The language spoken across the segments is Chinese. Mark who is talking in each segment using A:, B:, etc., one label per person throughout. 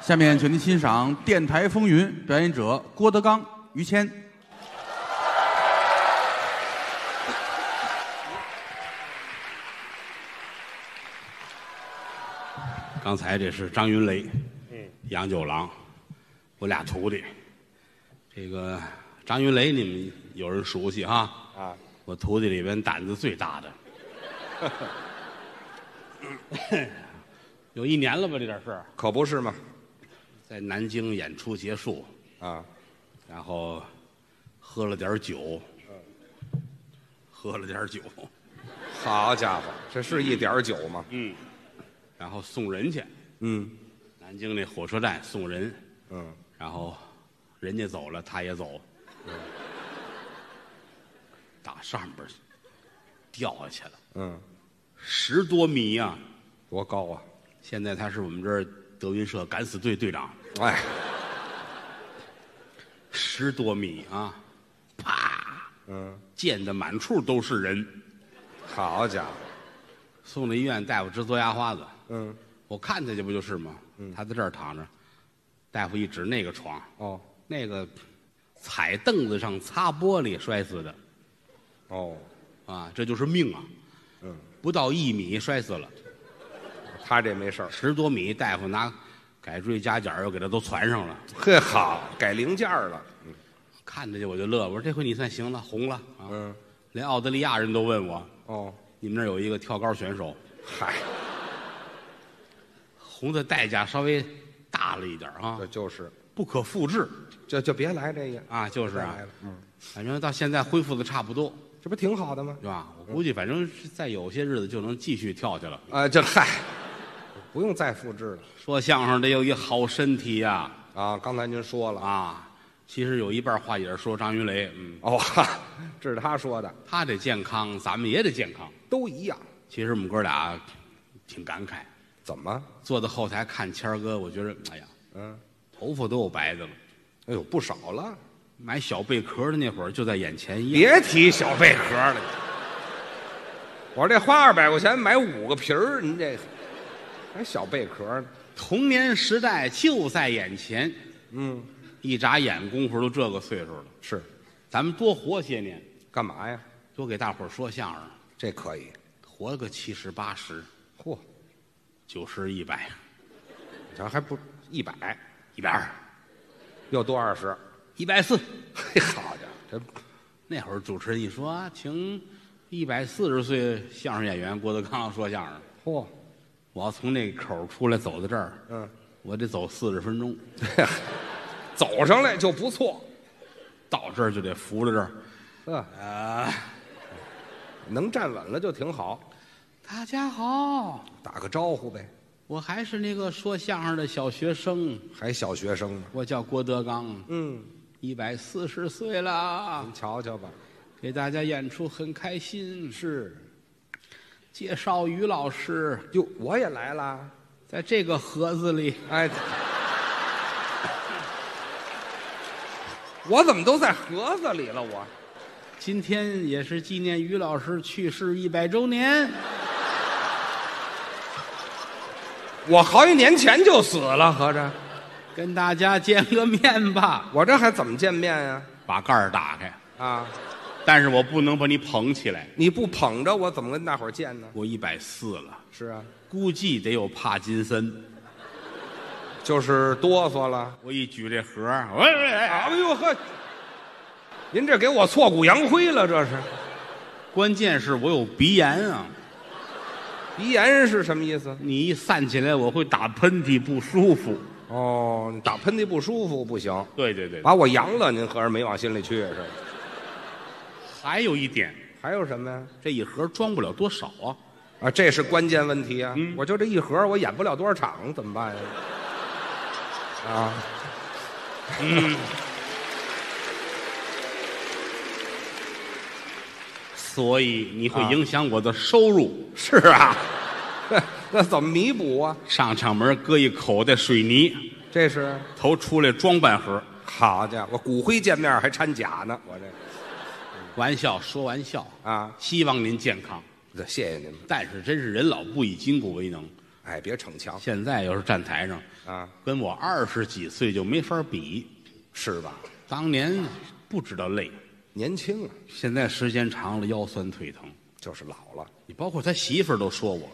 A: 下面，请您欣赏《电台风云》表演者郭德纲、于谦。
B: 刚才这是张云雷，
C: 嗯
B: 杨九郎，我俩徒弟。这个张云雷，你们有人熟悉哈？
C: 啊，
B: 我徒弟里边胆子最大的。 有一年了吧，这点事儿，
C: 可不是嘛，
B: 在南京演出结束，
C: 啊，
B: 然后喝了点酒，
C: 嗯
B: 喝了点酒，
C: 好家伙，这是一点儿酒吗？
B: 然后送人去，
C: 嗯
B: 南京那火车站送人，
C: 嗯，
B: 然后人家走了，他也走，嗯打上边儿掉下去了，
C: 嗯，
B: 十多米呀、
C: 多高啊！
B: 现在他是我们这儿德云社敢死队队长，
C: 哎，
B: 十多米啊，啪，
C: 嗯，
B: 溅得满处都是人，
C: 好家伙，
B: 送到医院，大夫直嘬牙花子。
C: 嗯，
B: 我看他去不就是吗？他在这儿躺着，大夫一指那个床，
C: 哦
B: 那个踩凳子上擦玻璃摔死的
C: 哦，
B: 啊，这就是命啊！
C: 嗯，
B: 不到一米摔死了，
C: 他这没事儿，
B: 十多米，大夫拿改锥夹角又给他都攒上了，
C: 呵，好，改零件儿了，啊
B: 看着去我就乐，我说这回你算行了，红了啊！
C: 嗯，
B: 连澳大利亚人都问我，
C: 哦，
B: 你们那儿有一个跳高选手，
C: 嗨，
B: 红的代价稍微大了一点儿啊
C: 这，就是，
B: 不可复制
C: 就就别来这个，
B: 啊，就是
C: 别
B: 啊
C: 来，了，嗯，
B: 反正到现在恢复的差不多，
C: 这不挺好的吗？
B: 是吧？我估计反正是再有些日子就能继续跳去了。
C: 啊，这嗨，不用再复制了
B: 说相声得有一好身体呀、
C: 啊！刚才您说
B: 啊，
C: 了，
B: 其实有一半话也是说张云雷，嗯，
C: 哦哈，这是他说的，
B: 他得健康，咱们也得健康。
C: 都一样，
B: 其实我们哥俩挺感慨，
C: 怎么？
B: 坐在后台看谦儿哥，我觉得哎呀，
C: 嗯，
B: 头发都有白的了。
C: 哎呦，不少了。
B: 买小贝壳的那会儿就在眼前一样，
C: 别提小贝壳了。我说这花二百块钱买五个皮儿，您这还小贝壳呢？
B: 童年时代就在眼前，
C: 嗯，
B: 一眨眼功夫都这个岁数了，
C: 是，
B: 咱们多活些年，
C: 干嘛呀？
B: 多给大伙儿说相声，
C: 这可以。
B: 活个七十八十、
C: 嚯，
B: 九十、一百、
C: 你瞧还不一百，
B: 一百二、
C: 又多二十。
B: 一百四。
C: 嘿，好家伙，这
B: 那会儿主持人一说，啊请一百四十岁相声演员郭德纲说相声，
C: 嚯，
B: 我要从那口儿出来走到这儿，
C: 嗯，
B: 我得走四十分钟，
C: 走上来就不错。
B: 到这儿就得扶着这儿。
C: 呵，
B: 啊，
C: 能站稳了就挺好，
B: 大家好，
C: 打个招呼呗。
B: 我还是那个说相声的小学生，
C: 还小学生呢。
B: 我叫郭德纲，
C: 嗯，
B: 一百四十岁啦
C: 您，瞧瞧吧。
B: 给大家演出很开心。
C: 是，
B: 介绍于老师，
C: 哟，我也来啦。
B: 在这个盒子里，
C: 哎，我怎么都在盒子里了？我
B: 今天也是纪念于老师去世一百周年。
C: 我好几年前就死了，合着
B: 跟大家见个面吧。
C: 我这还怎么见面呀、
B: 把盖儿打开，
C: 啊？
B: 但是我不能把你捧起来。
C: 你不捧着我怎么跟大伙儿见呢？
B: 我一百四了，
C: 是啊，
B: 估计得有帕金森。
C: 就是哆嗦了。
B: 我一举这盒儿，喂喂喂，
C: 哎呦呵，您这给我挫骨扬灰了，这是
B: 关键是我有鼻炎啊！
C: 鼻炎是什么意思？
B: 你一散起来，我会打喷嚏，不舒服。
C: 哦，你打喷嚏不舒服不行，
B: 对对对，
C: 把我扬了，您合着没往心里去是吧？
B: 还有一点，
C: 还有什么呀？
B: 这一盒装不了多少啊。
C: 啊，这是关键问题啊！我就这一盒，我演不了多少场，怎么办呀？啊，
B: 所以你会
C: 啊
B: 影响我的收入。
C: 是啊， 那怎么弥补啊？
B: 上场门搁一口袋水泥，
C: 这是
B: 头出来装半盒。
C: 好家伙，骨灰见面还掺假呢，我这
B: 玩笑说玩笑，
C: 啊，
B: 希望您健康。
C: 这谢谢您们。
B: 但是真是人老不以筋骨为能，
C: 哎，别逞强
B: 现在要是站台上，
C: 啊，
B: 跟我二十几岁就没法比，
C: 是吧？
B: 当年不知道累，
C: 年轻啊，
B: 现在时间长了腰酸腿疼。
C: 就是老了。
B: 你包括他媳妇儿都说我，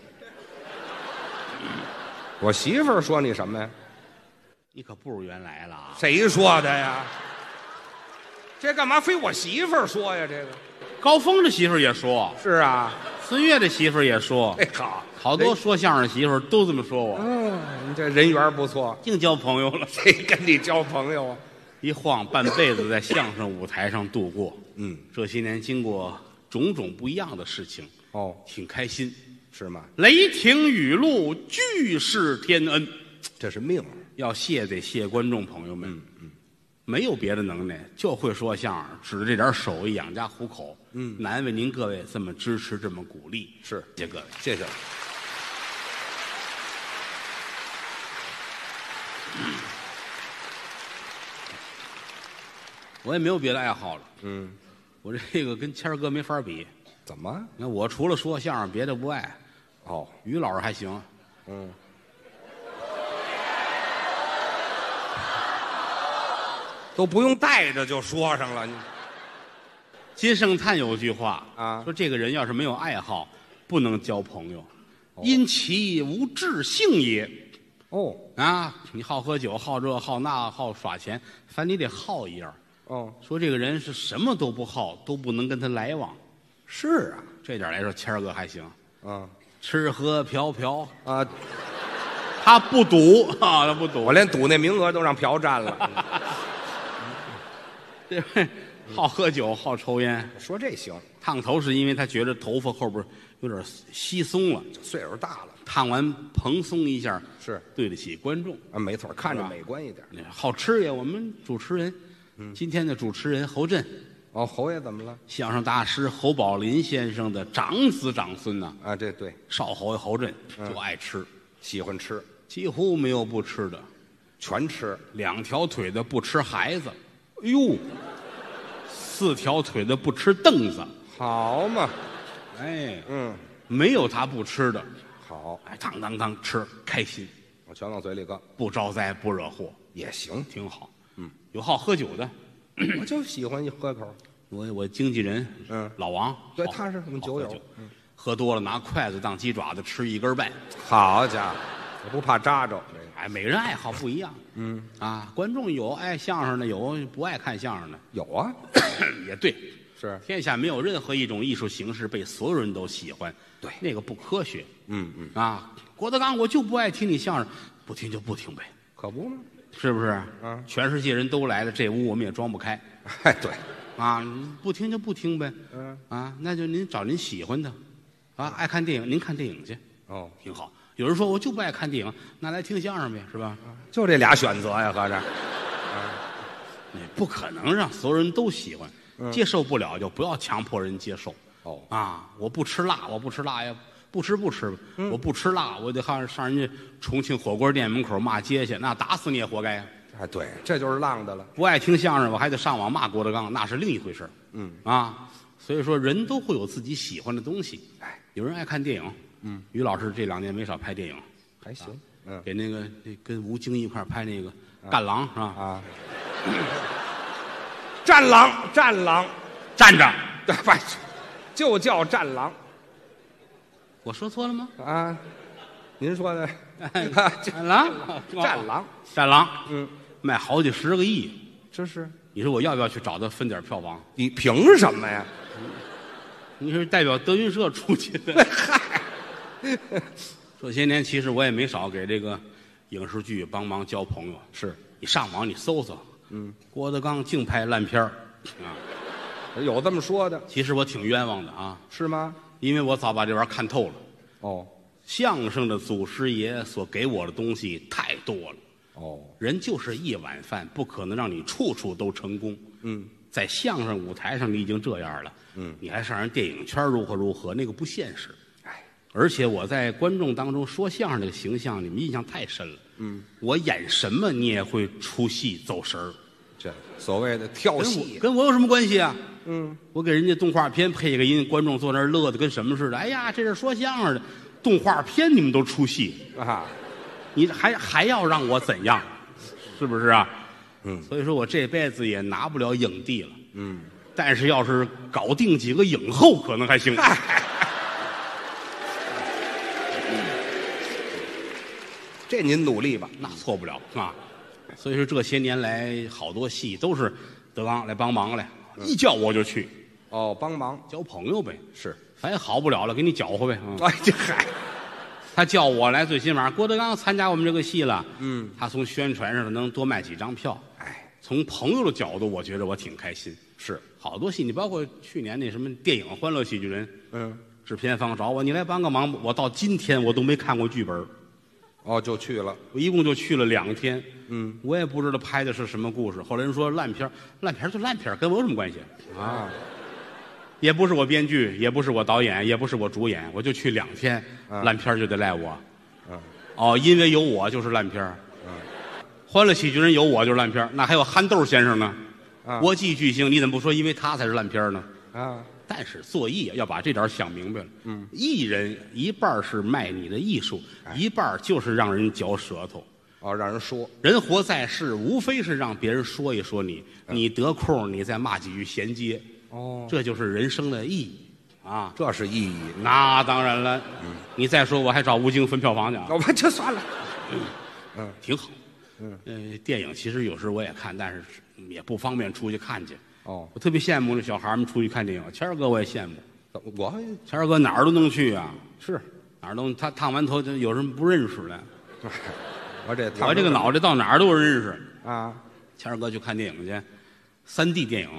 C: 我媳妇儿说你什么呀？
B: 你可不如原来了啊！
C: 谁说的呀？这干嘛非我媳妇儿说呀？这个
B: 高峰的媳妇儿也说，
C: 是啊，
B: 孙越的媳妇儿也说，
C: 哎好，
B: 好多说相声媳妇儿都这么说我，
C: 嗯，你这人缘不错，
B: 净交朋友 了。
C: 谁跟你交朋友啊？
B: 一晃半辈子在相声舞台上度过，
C: 嗯，
B: 这些年经过种种不一样的事情，
C: 哦，
B: 挺开心。
C: 是吗？
B: 雷霆雨露，俱是天恩。
C: 这是命。啊
B: 要谢得谢观众朋友们，
C: 嗯
B: 没有别的能耐，就会说相声，指着这点手艺养家糊口。嗯，难为您各位这么支持，这么鼓励，
C: 是
B: 谢谢各位。
C: 谢谢。
B: 我也没有别的爱好了，
C: 嗯，
B: 我这个跟谦儿哥没法比。
C: 怎么？
B: 你看我除了说相声，别的不爱。
C: 哦，
B: 于老师还行，
C: 嗯，都不用带着就说上了。你
B: 金圣叹有句话
C: 啊
B: 说这个人要是没有爱好，不能交朋友，因其无志性也。
C: 哦
B: 啊，你好喝酒，好这好那，好耍钱，反正你得好一样。
C: 哦，
B: 说这个人是什么都不好，都不能跟他来往。
C: 是啊，
B: 这点来说，谦儿哥还行，
C: 嗯
B: 吃喝嫖嫖，
C: 啊，
B: 他不赌啊，他不赌
C: 我。连赌那名额都让朴占了。
B: 这好喝酒，好抽烟，
C: 说这行，
B: 烫头是因为他觉得头发后边有点稀松了，
C: 岁数大了
B: 烫完蓬松一下，
C: 是
B: 对得起观众。
C: 啊，没错，看着美观一点。
B: 好吃也，我们主持人，今天的主持人侯震，
C: 哦，侯爷怎么了？
B: 相声大师侯宝林先生的长子长孙呐、
C: 啊，这对，
B: 少侯爷侯震就爱吃，
C: 喜欢吃，
B: 几乎没有不吃的，
C: 全吃。
B: 两条腿的不吃孩子，
C: 哎呦，
B: 四条腿的不吃凳子，
C: 好嘛，
B: 哎，
C: 嗯，
B: 没有他不吃的，
C: 好，
B: 哎，当当当吃，开心，
C: 我全往嘴里搁，
B: 不招灾不惹祸，。
C: 也行
B: 挺好。嗯，有好喝酒的，
C: 我就喜欢一喝口，
B: 我我经纪人，
C: 嗯
B: 老王，
C: 对
B: 好
C: 他是我们酒友嗯
B: 好喝喝多了拿筷子当鸡爪子吃一根半，
C: 好家伙，我不怕扎着。这个
B: 哎，每人爱好不一样，嗯啊，观众有爱相声的，有不爱看相 声的，
C: 有啊，
B: 也对，
C: 是，
B: 天下没有任何一种艺术形式被所有人都喜欢，
C: 对
B: 那个不科学，
C: 嗯嗯，
B: 啊，郭德纲我就不爱听你相声，不听就不听呗，
C: 可不嘛。
B: 是不是？
C: 嗯
B: 全世界人都来了，这屋我们也装不开，
C: 哎，对，
B: 啊，不听就不听呗，
C: 嗯，
B: 啊，那就您找您喜欢的，啊，爱看电影您看电影去，
C: 哦，
B: 挺好。有人说我就不爱看电影，那来听相声呗，是吧？
C: 就这俩选择呀，合着。嗯
B: 你不可能让所有人都喜欢，接受不了就不要强迫人接受。
C: 哦
B: 啊，我不吃辣，我不吃辣呀，不吃不吃吧，
C: 嗯
B: 我不吃辣，我得上上人家重庆火锅店门口骂街去，那打死你也活该呀。
C: 哎，对，这就是浪的了。
B: 不爱听相声，我还得上网骂郭德纲，那是另一回事嗯啊，所以说人都会有自己喜欢的东西。
C: 哎，
B: 有人爱看电影，嗯，于老师这两年没少拍电影，
C: 还行，嗯
B: 给那个那跟吴京一块儿拍那个《战狼》是吧？
C: 啊。战狼，战狼，
B: 站着，
C: 对吧？就叫战狼
B: 我说错了 吗？
C: 啊。您说的， 啊
B: 战狼，
C: 战狼，
B: 战狼，
C: 嗯，
B: 卖好几十个亿，
C: 这是
B: 你说我要不要去找他分点票房？
C: 你凭什么呀？
B: 你是代表德云社出去的。这些年其实我也没少给这个影视剧帮忙交朋友。
C: 是
B: 你上网你搜搜，嗯，郭德纲净拍烂片儿啊。
C: 有这么说的，
B: 其实我挺冤枉的啊，
C: 是吗？
B: 因为我早把这玩意儿看透了。
C: 哦
B: 相声的祖师爷所给我的东西太多了。
C: 哦，
B: 人就是一碗饭，不可能让你处处都成功。嗯，在相声舞台上你已经这样了，嗯，你还上人电影圈如何如何，那个不现实。
C: 哎，
B: 而且我在观众当中说相声这个形象，你们印象太深了。嗯，我演什么你也会出戏走神儿，
C: 这所谓的跳
B: 跟我
C: 戏，
B: 跟我有什么关系啊？
C: 嗯，
B: 我给人家动画片配个音，观众坐那儿乐的跟什么似的。哎呀，这是说相声的，动画片你们都出戏，
C: 啊，
B: 你还还要让我怎样？是不是啊？嗯，所以说我这辈子也拿不了影帝了。嗯，但是要是搞定几个影后，可能还行。
C: 这您努力吧。
B: 那错不了啊。所以说这些年来，好多戏都是德刚来帮忙来，一叫我就去，
C: 哦，帮忙
B: 交朋友呗。
C: 是。
B: 反正好不了了，给你搅和呗。啊，
C: 哎，这嗨，
B: 他叫我来，最起码郭德纲参加我们这个戏了。
C: 嗯，
B: 他从宣传上能多卖几张票。
C: 哎，
B: 从朋友的角度，我觉得我挺开心。
C: 是，
B: 好多戏，你包括去年那什么电影《欢乐喜剧人》，
C: 嗯，
B: 制片方找我，你来帮个忙吧。我到今天我都没看过剧本，
C: 哦，就去了。
B: 我一共就去了两天。
C: 嗯，
B: 我也不知道拍的是什么故事。后来人说烂片儿，烂片儿就烂片儿，跟我有什么关系？
C: 啊，
B: 也不是我编剧，也不是我导演，也不是我主演，我就去两天，
C: 嗯
B: 烂片儿就得赖我。
C: 嗯，
B: 哦，因为有我就是烂片
C: 啊
B: 儿。欢乐喜剧人有我就是烂片儿，那还有憨豆先生呢，
C: 啊
B: 国际巨星，你怎么不说因为他才是烂片儿呢？
C: 啊，
B: 但是做艺啊要把这点儿想明白了。嗯，艺人一半儿是卖你的艺术，
C: 哎
B: 一半儿就是让人嚼舌头。
C: 哦，让人说，
B: 人活在世，无非是让别人说一说你，你得空你再骂几句衔接，
C: 嗯哦，
B: 这就是人生的意义啊。
C: 这是意义。
B: 那当然了，你再说我还找吴京分票房去啊，
C: 哦要不就算了。
B: 挺好。嗯，呃，电影其实有时候我也看，但是也不方便出去看去。
C: 哦，
B: 我特别羡慕那小孩儿们出去看电影，谦儿哥我也羡慕，
C: 我
B: 谦儿哥哪儿都能去啊，是哪儿都他烫完头就有人不认识了，
C: 我这
B: 我这个脑袋到哪儿都认识。
C: 啊，
B: 谦儿哥去看电影去，三 D 电影，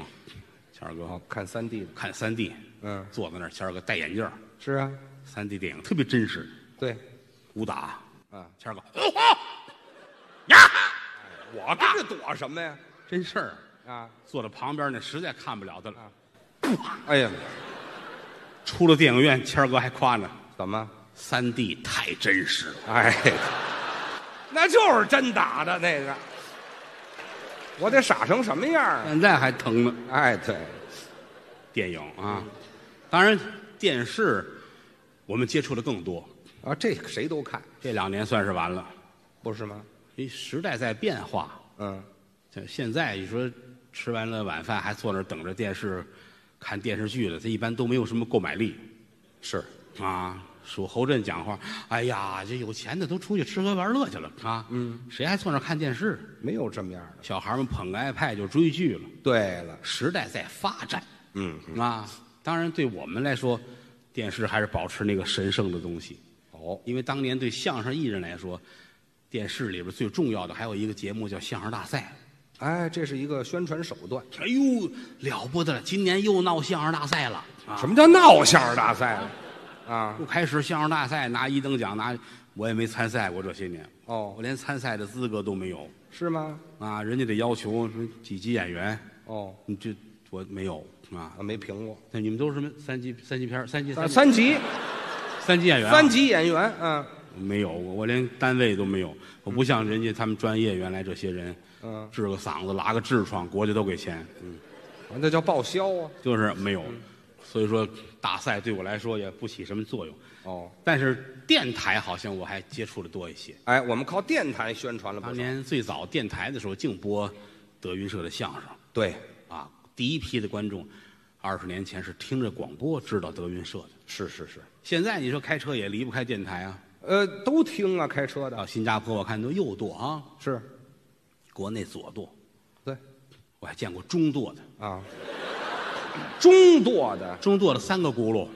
B: 谦儿哥
C: 哦，看三 D 的，
B: 看三 D，
C: 嗯，
B: 坐在那儿，谦儿哥戴眼镜儿，
C: 是啊，
B: 三 D 电影特别真实，
C: 对，
B: 武打，
C: 啊，
B: 谦儿哥，哦呀，
C: 我跟着躲什么呀？
B: 真事儿，
C: 啊，
B: 坐在旁边那实在看不了他了。
C: 哎呀，
B: 出了电影院，谦儿哥还夸呢，
C: 怎么？
B: 三 D 太真实了，
C: 哎， 那就是真打的那个，我得傻成什么样啊？
B: 现在还疼呢。
C: 哎，对，
B: 电影啊，当然电视我们接触的更多，
C: 啊，这个谁都看，
B: 这两年算是完了，
C: 不是吗？
B: 因为时代在变化。
C: 嗯，
B: 像现在你说吃完了晚饭还坐那儿等着电视看电视剧的，他一般都没有什么购买力
C: 是，
B: 啊。属侯震讲话，哎呀，这有钱的都出去吃喝玩乐去了啊，嗯，谁还坐那儿看电视？
C: 没有这么样的。
B: 小孩们捧个 iPad 就追剧了。
C: 对了，
B: 时代在发展，
C: 嗯，
B: 啊，当然对我们来说，电视还是保持那个神圣的东西，
C: 哦，
B: 因为当年对相声艺人来说，电视里边最重要的还有一个节目叫相声大赛。
C: 哎，这是一个宣传手段。
B: 哎呦，了不得了！今年又闹相声大赛了啊！
C: 什么叫闹相声大赛了？啊，
B: 又开始相声大赛拿一等奖拿，我也没参赛过这些年，我
C: 哦，
B: 连参赛的资格都没有
C: 是吗？
B: 啊！人家得要求说几级演员，
C: 哦，
B: 你这我没有啊
C: 啊，。没评过。
B: 那你们都是什么三级三级片儿三级
C: 啊
B: 三级
C: 三
B: 三
C: 级，
B: 级演员啊、
C: 三级演员，嗯
B: 没有，我我连单位都没有，我不像人家他们专业原来这些人，
C: 嗯，
B: 治个嗓子拉个痔疮，国家都给钱，嗯，
C: 那叫报销啊。
B: 就是没有，所以说大赛对我来说也不起什么作用。
C: 哦，
B: 但是电台好像我还接触的多一些。
C: 哎，我们靠电台宣传了不
B: 当
C: 少。
B: 年最早电台的时候，净播德云社的相声
C: 对，
B: 啊，第一批的观众，二十年前是听着广播知道德云社的。
C: 是是是，
B: 现在你说开车也离不开电台啊，
C: 呃，都听啊，开车
B: 到
C: 的
B: 新加坡我看都右舵啊，
C: 是，
B: 国内左舵，
C: 对
B: 我还见过中舵的，
C: 啊，中舵的
B: 中舵的三个轱辘，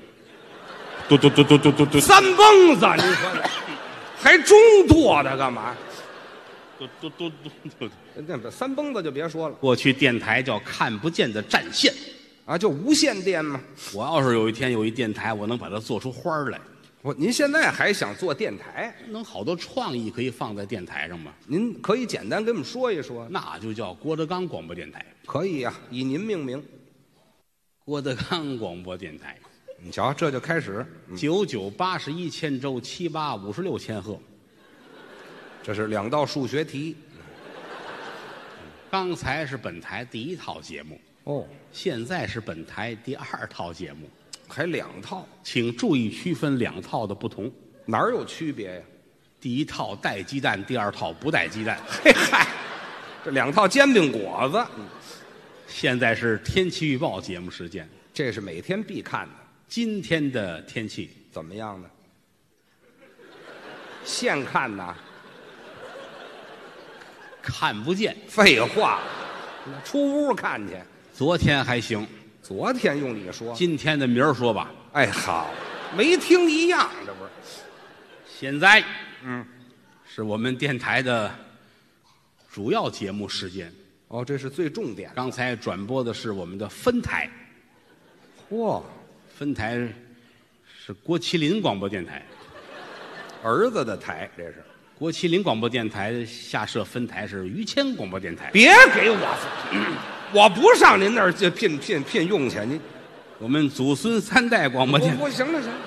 B: 嘟嘟嘟嘟嘟嘟嘟
C: 三蹦子，你说还中舵的干嘛？
B: 嘟嘟嘟嘟。
C: 那不三蹦子就别说了
B: 过去电台叫看不见的战线，
C: 啊，就无线电嘛。
B: 我要是有一天有一电台，我能把它做出花儿来，
C: 我您现在还想做电台？
B: 能好多创意可以放在电台上吗？
C: 您可以简单跟我们说一说，
B: 那就叫郭德纲广播电台，
C: 可以呀、以您命名。
B: 郭德纲广播电台，
C: 你瞧，这就开始，
B: 九九八十一千周，七八五十六千赫。
C: 这是两道数学题
B: 刚才是本台第一套节目，
C: 哦，
B: 现在是本台第二套节目，
C: 还两套，
B: 请注意区分两套的不同。
C: 哪儿有区别呀？
B: 第一套带鸡蛋，第二套不带鸡蛋。
C: 嘿嗨，这两套煎饼果子，
B: 现在是天气预报节目时间，
C: 这是每天必看的。
B: 今天的天气
C: 怎么样呢？现看呐，
B: 看不见，
C: 废话，出屋看去。
B: 昨天还行，
C: 昨天用你说，
B: 今天的明儿说吧。
C: 哎，好，没听一样，这不是？
B: 现在
C: 嗯，
B: 是我们电台的主要节目时间。
C: 哦，这是最重点。
B: 刚才转播的是我们的分台，
C: 嚯，
B: 分台是郭麒麟广播电台。
C: 儿子的台，这是。
B: 郭麒麟广播电台下设分台是于谦广播电台。
C: 别给我，我 不上您那儿去聘聘聘用去，您
B: 我们祖孙三代广播
C: 不
B: 电台。
C: 不行了行了，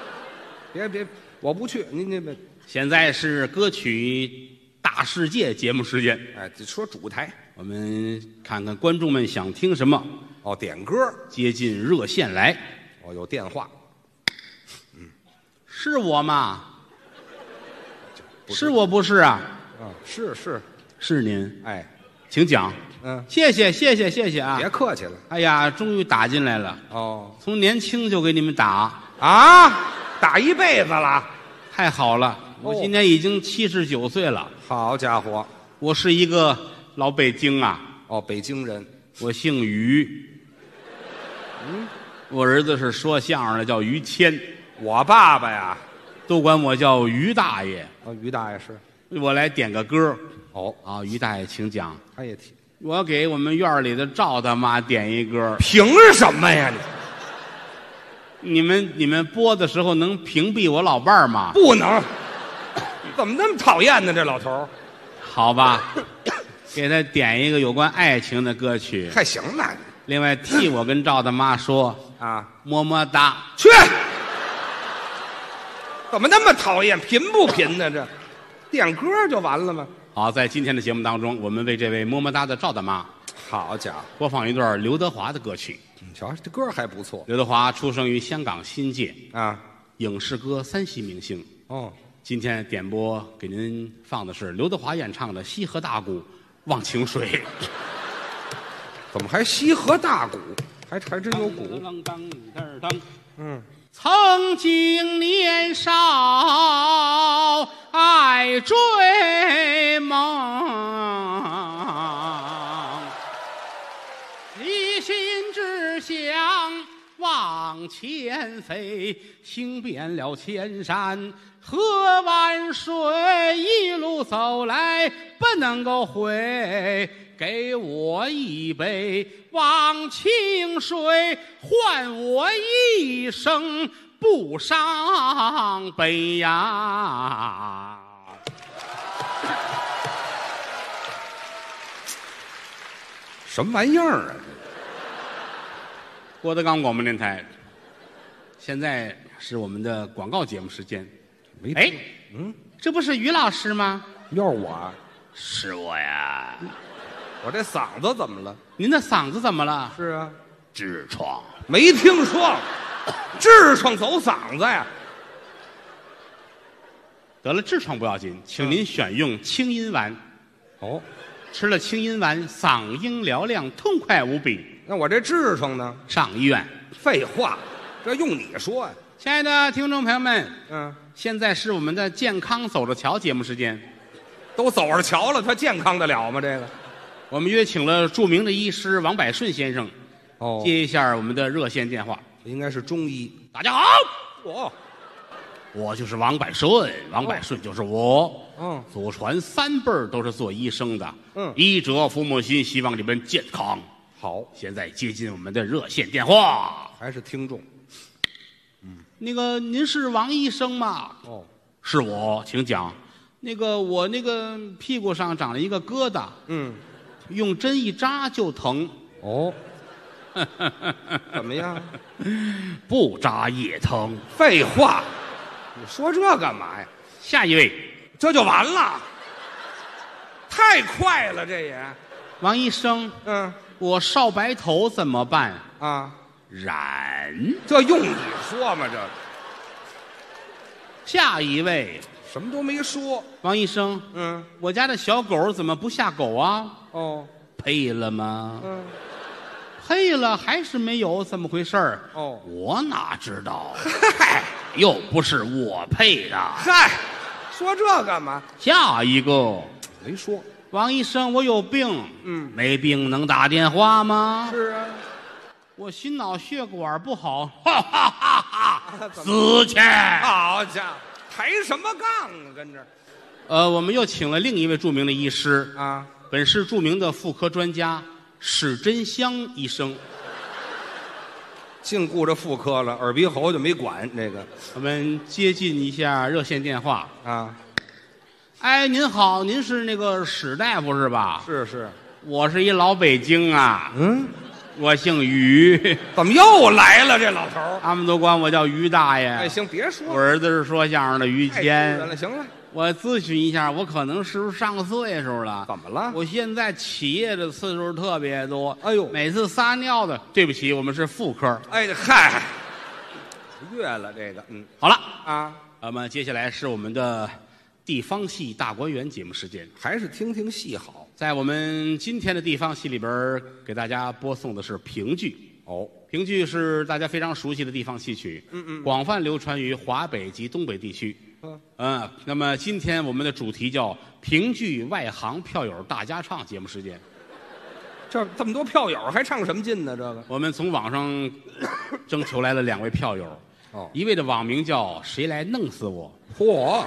C: 别别，我不去，您您别，
B: 现在是歌曲大世界节目时间，
C: 哎，说主台
B: 我们看看观众们想听什么，
C: 哦，点歌
B: 接近热线来。
C: 哦，有电话，
B: 是我吗？
C: 不
B: 是我不是啊？
C: 啊，是是，
B: 是您，
C: 哎，
B: 请讲。
C: 嗯，
B: 谢谢谢谢谢谢啊
C: 别！客气了，
B: 哎呀，终于打进来了，
C: 哦
B: 从年轻就给你们打，
C: 啊，打一辈子了，
B: 太好了！我
C: 哦
B: 今年已经七十九岁了，
C: 好家伙，
B: 我是一个老北京啊，
C: 哦，北京人，
B: 我姓于。嗯，我儿子是说相声的，叫于谦，
C: 我爸爸呀，
B: 都管我叫于大爷。
C: 哦，于大爷是，
B: 我来点个歌
C: 哦，
B: 啊，于大爷，请讲。
C: 他也提，
B: 我给我们院里的赵大妈点一歌，
C: 凭什么呀你？
B: 你们你们播的时候能屏蔽我老伴儿吗？
C: 不能， 怎么那么讨厌呢？这老头儿，
B: 好吧，给他点一个有关爱情的歌曲。
C: 还行吧，
B: 另外，替我跟赵大妈说
C: 啊。
B: 么么哒。
C: 去！怎么那么讨厌？贫不贫呢？这点歌就完了吗？
B: 好，在今天的节目当中，我们为这位么么哒的赵大妈
C: 好家伙，
B: 播放一段刘德华的歌曲。
C: 你瞧这歌还不错
B: 刘德华出生于香港新界，
C: 啊！
B: 影视歌三栖明星。
C: 哦，
B: 今天点播给您放的是刘德华演唱的《西河大鼓·忘情水
C: 怎么还西河大鼓？还还真》。有鼓。嗯，
B: 曾经年少爱追梦，一心只想往前飞，行遍了千山和万水，一路走来不能够回。给我一杯忘情水，换我一生不伤悲呀！
C: 什么玩意儿啊？
B: 郭德纲广播电台，现在是我们的广告节目时间。
C: 没
B: 哎，嗯，这不是于老师吗？
C: 要是我啊，
B: 是我呀。
C: 我这嗓子怎么了？
B: 您的嗓子怎么了？
C: 是啊，
B: 痔疮。
C: 没听说过，痔疮走嗓子呀？
B: 得了痔疮不要紧，请您选用清音丸。
C: 哦，
B: 吃了清音丸，嗓音嘹亮，痛快无比。
C: 那我这痔疮呢？
B: 上医院。
C: 废话，这用你说呀、
B: 亲爱的听众朋友们，
C: 嗯，
B: 现在是我们的健康走着瞧节目时间。
C: 都走着瞧了，他健康得了吗？这个？
B: 我们约请了著名的医师王百顺先生，
C: 哦
B: 接一下我们的热线电话。
C: 应该是中医。
B: 大家好，
C: 哦，
B: 我就是王百顺，王百顺就是我。
C: 嗯，
B: 祖传三辈儿都是做医生的。
C: 嗯
B: 医者父母心，希望你们健康。
C: 好，
B: 现在接进我们的热线电话。
C: 还是听众。
B: 那个，您是王医生吗？
C: 哦，
B: 是我，请讲。那个，我那个屁股上长了一个疙瘩，
C: 嗯，
B: 用针一扎就疼，
C: 哦，怎么样？
B: 不扎也疼。
C: 废话，你说这干嘛呀？
B: 下一位，
C: 这就完了，太快了，这也。
B: 王医生，
C: 嗯
B: 我少白头怎么办？
C: 啊，
B: 染
C: 这用你说吗？这
B: 下一位，
C: 什么都没说。
B: 王医生，
C: 嗯，
B: 我家的小狗怎么不下狗啊？
C: 哦，
B: 配了吗？
C: 嗯，
B: 配了还是没有？怎么回事儿？
C: 哦
B: 我哪知道？
C: 嗨
B: 又不是我配的。
C: 嗨，说这干嘛？
B: 下一个，
C: 没说。
B: 王医生，我有病。
C: 嗯，
B: 没病能打电话吗？
C: 是啊，
B: 我心脑血管不好。 哈哈哈哈！
C: 怎么
B: 死去！
C: 好家伙，抬什么杠啊？跟这儿
B: 呃，我们又请了另一位著名的医师，
C: 啊，
B: 本市著名的妇科专家史珍香医生。
C: 净顾着妇科了，耳鼻喉就没管这个
B: 我们接近一下热线电话。
C: 啊。
B: 哎，您好，您是那个史大夫是吧？
C: 是是，
B: 我是一老北京啊，
C: 嗯，
B: 我姓于，
C: 怎么又来了这老头儿？
B: 他们都管我叫于大爷。
C: 哎，行，别
B: 我
C: 说了，
B: 儿子是说相声的于
C: 太丢人
B: 谦。
C: 了，行了，
B: 我咨询一下，我可能是不是上岁数了？
C: 怎么了？
B: 我现在起夜的次数特别多，
C: 哎呦
B: 每次撒尿的，对不起，我们是妇科。
C: 哎嗨，越了这个，嗯
B: 好了，
C: 啊，
B: 那么接下来是我们的地方戏大观园节目时间，
C: 还是听听戏好
B: 在我们今天的地方戏里边儿，给大家播送的是评剧。
C: 哦。
B: 评剧是大家非常熟悉的地方戏曲，嗯嗯，广泛流传于华北及东北地区。
C: 嗯
B: 嗯，那么今天我们的主题叫评剧外行票友大家唱节目时间。
C: 这这么多票友还唱什么劲呢？这个
B: 我们从网上征求来了两位票友，
C: 哦
B: 一位的网名叫“谁来弄死我
C: 嚯，”，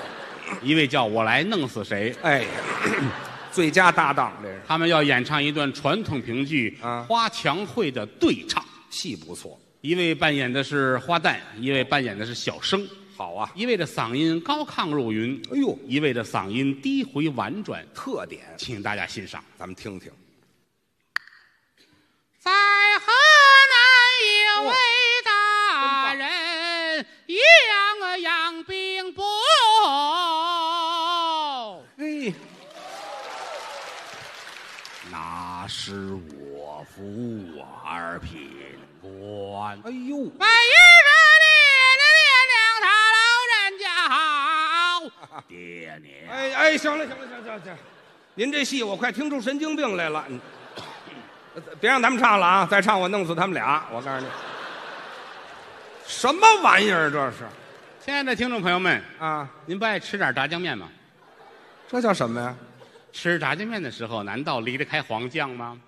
B: 一位叫“我来弄死谁
C: 哎 呀，最佳搭档这是”。
B: 他们要演唱一段传统评剧《
C: 啊
B: 花墙会》的对唱，
C: 戏不错，
B: 一位扮演的是花旦，一位扮演的是小生，
C: 好啊，
B: 一位的嗓音高亢入云，
C: 哎呦
B: 一位的嗓音低回婉转，
C: 特点
B: 请大家欣赏。
C: 咱们听听。
B: 在河南有位大人，养啊养病不好。
C: 哎，
B: 那是我父二品官，
C: 哎呦，
B: 万一是爹娘他老人家好，爹娘
C: 哎哎，行了行了行了行了，您这戏我快听出神经病来了。 嗯别让他们唱了啊！再唱我弄死他们俩！我告诉你，什么玩意儿这是
B: 亲爱的听众朋友们，
C: 啊？
B: 您不爱吃点炸酱面吗？
C: 这叫什么呀？
B: 吃炸酱面的时候，难道离得开黄酱吗？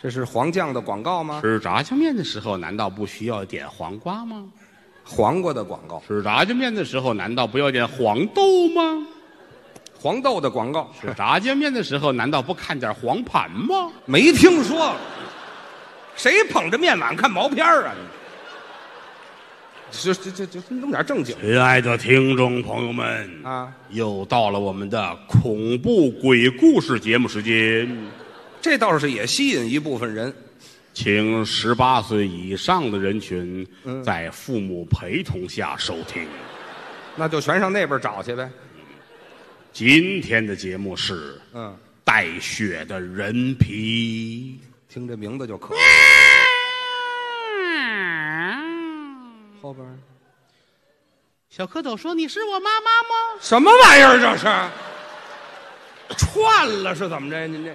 C: 这是黄酱的广告吗？
B: 吃炸酱面的时候，难道不需要点黄瓜吗？
C: 黄瓜的广告，
B: 吃炸酱面的时候，难道不要点黄豆吗？
C: 黄豆的广告，
B: 吃炸酱面的时候，难道不看点黄盘吗？
C: 没听说过，谁捧着面碗看毛片儿啊？你这这这这弄点正经
B: 亲爱的听众朋友们，
C: 啊！
B: 又到了我们的恐怖鬼故事节目时间，
C: 这倒是也吸引一部分人。
B: 请十八岁以上的人群在父母陪同下收听。
C: 那就全上那边找去呗。
B: 今天的节目是
C: 嗯，
B: 带血的人皮。
C: 听这名字就可以。后边
B: 小蝌蚪说：“你是我妈妈吗
C: 什么玩意儿这是？串了是怎么着？您这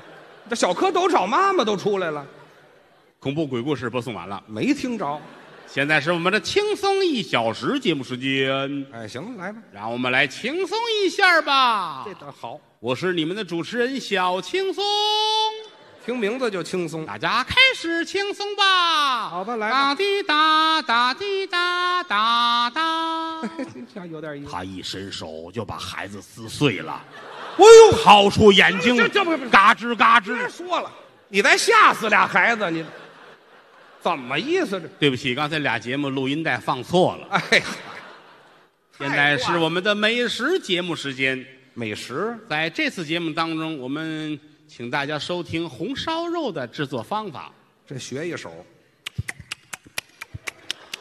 C: 这小蝌蚪找妈妈都出来了，？”
B: 恐怖鬼故事播送完了，
C: 没听着。
B: 现在是我们的轻松一小时节目时间，
C: 哎，行了，来吧，
B: 让我们来轻松一下吧
C: 这。倒好，
B: 我是你们的主持人小轻松，
C: 听名字就轻松。
B: 大家开始轻松吧。
C: 好吧来吧
B: 哒滴哒哒滴哒哒 哒。
C: 这有点意思。
B: 他一伸手就把孩子撕碎了，
C: 哎呦，
B: 掏出眼睛
C: 这这不不，
B: 嘎吱嘎吱
C: 别。说了，你再吓死俩孩子，你怎么意思这？
B: 对不起，刚才俩节目录音带放错了。
C: 哎呀，
B: 现在是我们的美食节目时间，
C: 美食
B: 在这次节目当中，我们请大家收听红烧肉的制作方法。
C: 这学一手，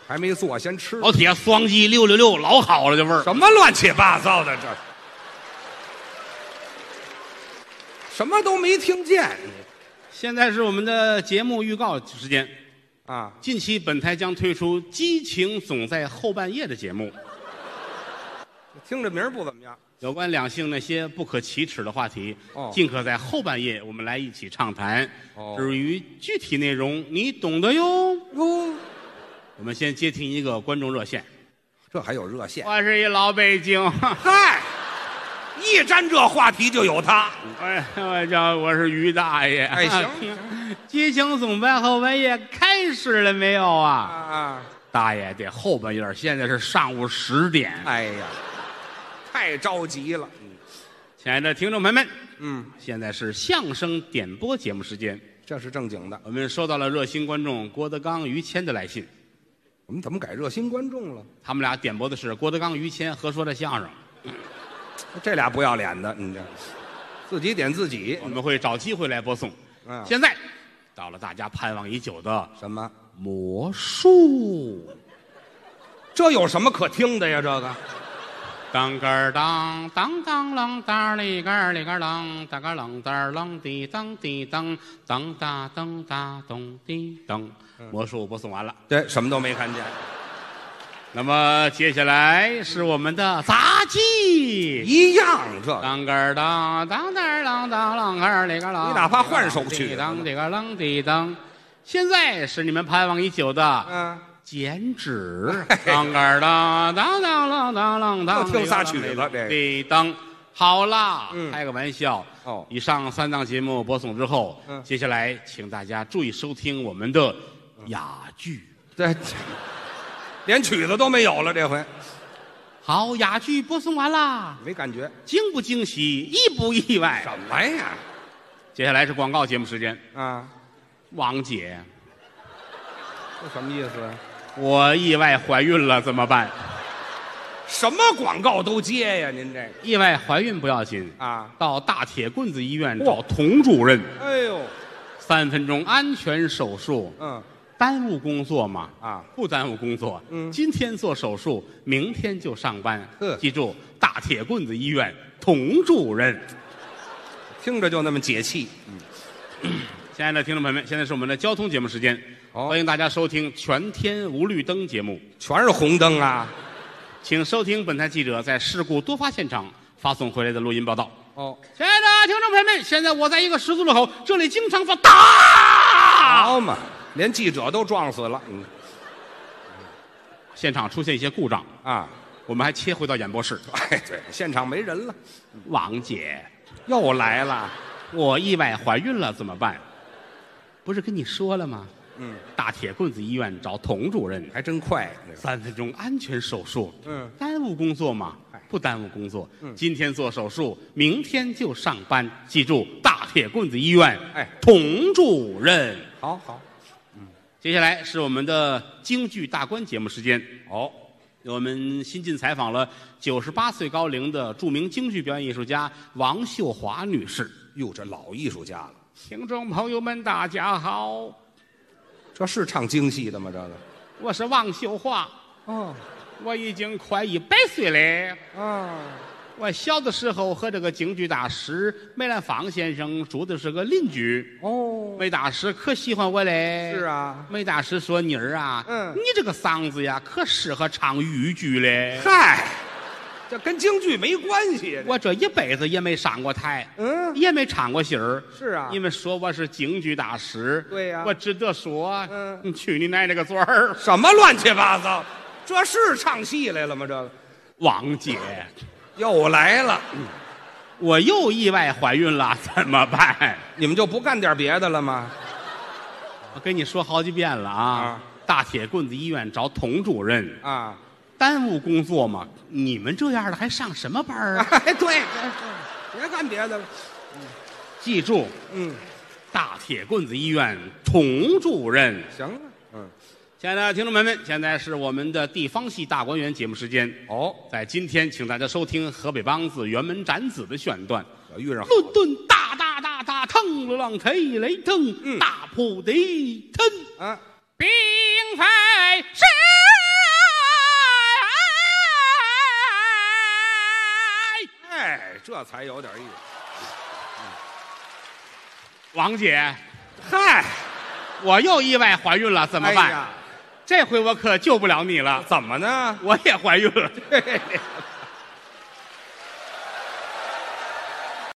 C: 还没做先吃。
B: 老铁，哦双击六六六，老好了这味儿。
C: 什么乱七八糟的这？什么都没听见
B: 现在是我们的节目预告时间。
C: 啊！
B: 近期本台将推出《激情总在后半夜》的节目，
C: 听着名儿不怎么样。
B: 有关两性那些不可启齿的话题，
C: 哦
B: 尽可在后半夜我们来一起畅谈。
C: 哦
B: 至于具体内容，你懂得哟。
C: 哟，
B: 我们先接听一个观众热线。
C: 这还有热线？
B: 我是一老北京，
C: 嗨，一沾这话题就有他。
B: 哎，我叫我是于大爷。
C: 哎行 行，
B: 激情总班后半夜开始了没有
C: 啊
B: 啊？
C: 啊！
B: 大爷得后半夜，现在是上午十点。
C: 哎呀，太着急了。嗯
B: 亲爱的听众朋友们，
C: 嗯，
B: 现在是相声点播节目时间。
C: 这是正经的。
B: 我们收到了热心观众郭德纲、于谦的来信，
C: 我们怎么改热心观众了？
B: 他们俩点播的是郭德纲、于谦合说的相声。
C: 这俩不要脸的，你这自己点自己
B: 我。们会找机会来播送。
C: 嗯，
B: 现在到了大家盼望已久的
C: 什么？
B: 魔术，
C: 这有什么可听的呀？这个
B: 当杆儿当当当啷当里杆儿里杆儿啷当杆儿啷当儿啷滴当滴当当哒当哒咚滴当。魔术播送完了，
C: 对，什么都没看见。
B: 那么接下来是我们的杂技。
C: 一样这个
B: 当杆儿当当当儿啷当啷杆儿里个啷，
C: 你哪怕换首曲
B: 当这个啷滴当。现在是你们盼望已久的
C: 嗯，
B: 剪 纸，当杆儿当当当啷当啷当，
C: 就听仨曲子这个
B: 滴当。好啦
C: 嗯，
B: 开个玩笑。
C: 哦
B: 以上三档节目播送之后，
C: 嗯
B: 接下来请大家注意收听我们的哑剧。
C: 这连曲子都没有了，这回
B: 好，哑剧播送完啦，
C: 没感觉。
B: 惊不惊喜，意不意外？
C: 什么呀？
B: 接下来是广告节目时间。
C: 啊，
B: 王姐，
C: 这什么意思？啊
B: 我意外怀孕了，怎么办？
C: 什么广告都接呀？您这个
B: 意外怀孕不要紧，
C: 啊，
B: 到大铁棍子医院
C: 哇
B: 找童主任，
C: 哎呦，
B: 三分钟安全手术，
C: 嗯
B: 耽误工作吗？
C: 啊，
B: 不耽误工作。
C: 嗯
B: 今天做手术，明天就上班。
C: 呵
B: 记住，大铁棍子医院童主任。
C: 听着就那么解气。
B: 亲爱的听众朋友们，现在是我们的交通节目时间，
C: 好
B: 欢迎大家收听全天无绿灯节目。
C: 全是红灯啊！
B: 请收听本台记者在事故多发现场发送回来的录音报道。
C: 哦，
B: 亲爱的听众朋友们，现在我在一个十字路口，这里经常发打，
C: 好嘛，连记者都撞死了。嗯
B: 现场出现一些故障，
C: 啊，
B: 我们还切回到演播室。
C: 哎，对，现场没人了，
B: 王姐，
C: 又来了。
B: 我意外怀孕了，怎么办？不是跟你说了吗？
C: 嗯，
B: 大铁棍子医院找童主任，
C: 还真快。这个
B: 三分钟安全手术。
C: 嗯，
B: 耽误工作吗
C: 哎？
B: 不耽误工作。
C: 嗯
B: 今天做手术，明天就上班。记住，大铁棍子医院，
C: 哎
B: 童主任。
C: 好好。
B: 接下来是我们的京剧大观节目时间。
C: 哦，
B: 我们新近采访了九十八岁高龄的著名京剧表演艺术家王秀华女士。
C: 哟，这老艺术家了，
B: 听众朋友们，大家好，
C: 这是唱京戏的吗？这个？
B: 我是王秀华，
C: 哦
B: 我已经快一百岁了。
C: 啊，
B: 我小的时候和这个京剧大师梅兰芳先生住的是个邻居，
C: 哦，
B: 梅大师可喜欢我嘞。
C: 是啊
B: 梅大师说：“妮儿啊，
C: 嗯
B: 你这个嗓子呀，可适合唱豫剧嘞。
C: 嗨，这跟京剧没关系呀。这
B: 我这一辈子也没上过台，
C: 嗯，
B: 也没唱过戏儿。
C: 是啊
B: 你们说我是京剧大师，
C: 对呀
B: 我值得说。
C: 嗯
B: 你去你奶奶个嘴儿，
C: 什么乱七八糟？这是唱戏来了吗？这个
B: 王姐，
C: 又来了，
B: 我又意外怀孕了，怎么办？
C: 你们就不干点别的了吗？
B: 我跟你说好几遍了啊，
C: 啊
B: 大铁棍子医院找童主任，
C: 啊，
B: 耽误工作嘛。你们这样的还上什么班儿啊？
C: 哎，对，别干别的了。
B: 记住，
C: 嗯，
B: 大铁棍子医院童主任。
C: 行了，嗯，
B: 亲爱的听众朋友们，现在是我们的地方戏大观园节目时间。
C: 哦，
B: 在今天，请大家收听河北梆子辕门斩子的选段。
C: 遇上
B: 论顿大大大大腾了浪忒雷腾，
C: 嗯
B: 大铺的腾，
C: 啊，
B: 并非是。
C: 哎，这才有点意思。
B: 王姐，
C: 嗨，
B: 我又意外怀孕了，怎么
C: 哎
B: 办？
C: 呀
B: 这回我可救不了你了，
C: 怎么呢？
B: 我也怀孕了。
C: 嘿嘿嘿